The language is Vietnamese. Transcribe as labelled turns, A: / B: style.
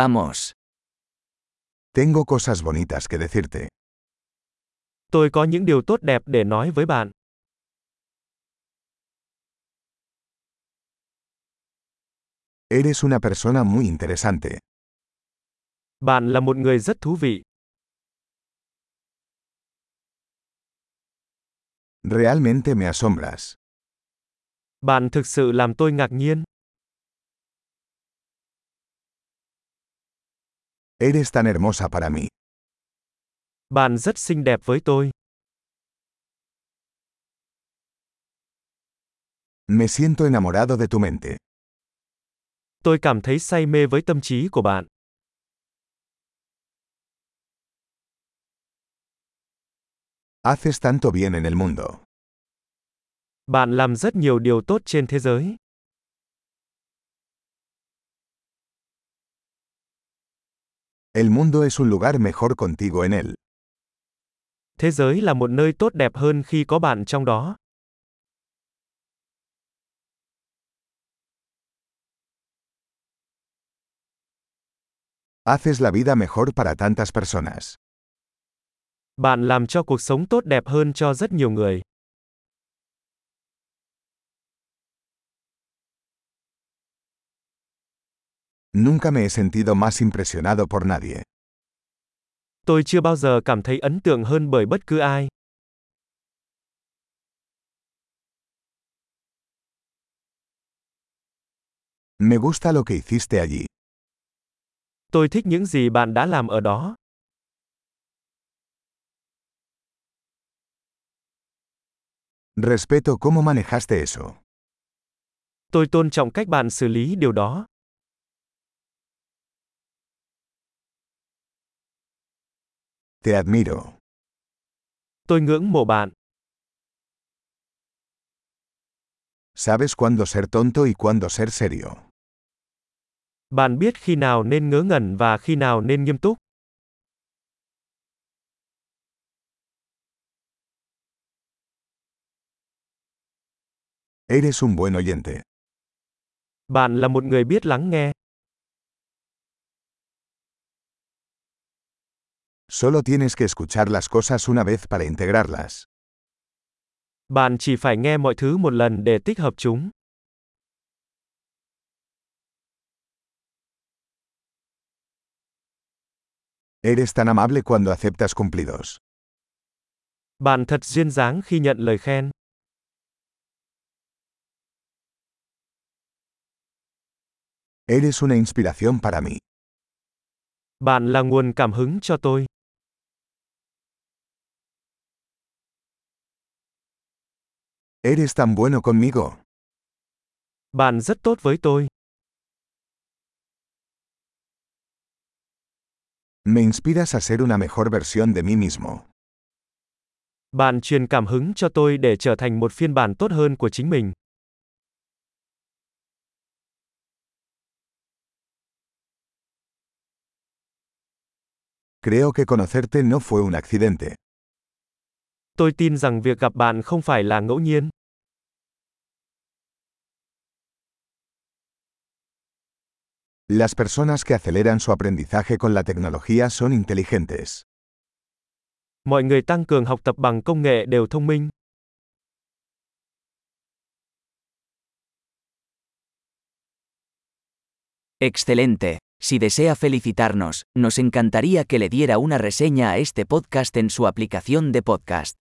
A: Vamos.
B: Tengo cosas bonitas que decirte.
C: Tôi có những điều tốt đẹp để nói với bạn.
B: Eres una persona muy interesante.
C: Bạn là một người rất thú vị.
B: Realmente me asombras.
C: Bạn thực sự làm tôi ngạc nhiên.
B: Eres tan hermosa para mí.
C: Bạn rất xinh đẹp với tôi.
B: Me siento enamorado de tu mente.
C: Tôi cảm thấy say mê với tâm trí của bạn.
B: Haces tanto bien en el mundo.
C: Bạn làm rất nhiều điều tốt trên thế giới.
B: El mundo es un lugar mejor contigo en él.
C: Thế giới là một nơi tốt đẹp hơn khi có bạn trong đó.
B: Haces la vida mejor para tantas personas.
C: Bạn làm cho cuộc sống tốt đẹp hơn cho rất nhiều người.
B: Nunca me he sentido más impresionado por nadie.
C: Tôi chưa bao giờ cảm thấy ấn tượng hơn bởi bất cứ ai.
B: Me gusta lo que hiciste allí.
C: Tôi thích những gì bạn đã làm ở đó.
B: Respeto cómo manejaste eso.
C: Tôi tôn trọng cách bạn xử lý điều đó.
B: Te admiro.
C: Tôi ngưỡng mộ bạn.
B: Sabes cuándo ser tonto y cuándo ser serio.
C: Bạn biết khi nào nên ngớ ngẩn và khi nào nên nghiêm túc.
B: Eres un buen oyente.
C: Bạn là một người biết lắng nghe.
B: Solo tienes que escuchar las cosas una vez para integrarlas.
C: Bạn chỉ phải nghe mọi thứ một lần để tích hợp chúng.
B: Eres tan amable cuando aceptas cumplidos.
C: Bạn thật duyên dáng khi nhận lời khen.
B: Eres una inspiración para mí.
C: Bạn là nguồn cảm hứng cho tôi.
B: Eres tan bueno conmigo.
C: Bạn rất tốt với tôi.
B: Me inspiras a ser una mejor versión de mí mismo.
C: Bạn truyền cảm hứng cho tôi để trở thành một phiên bản tốt hơn của chính mình.
B: Creo que conocerte no fue un accidente.
C: Tôi tin rằng việc gặp bạn không phải là ngẫu nhiên.
B: Las personas que aceleran su aprendizaje con la tecnología son inteligentes.
C: Mọi người tăng cường học tập bằng công nghệ đều thông minh.
A: Excelente. Si desea felicitarnos, nos encantaría que le diera una reseña a este podcast en su aplicación de podcast.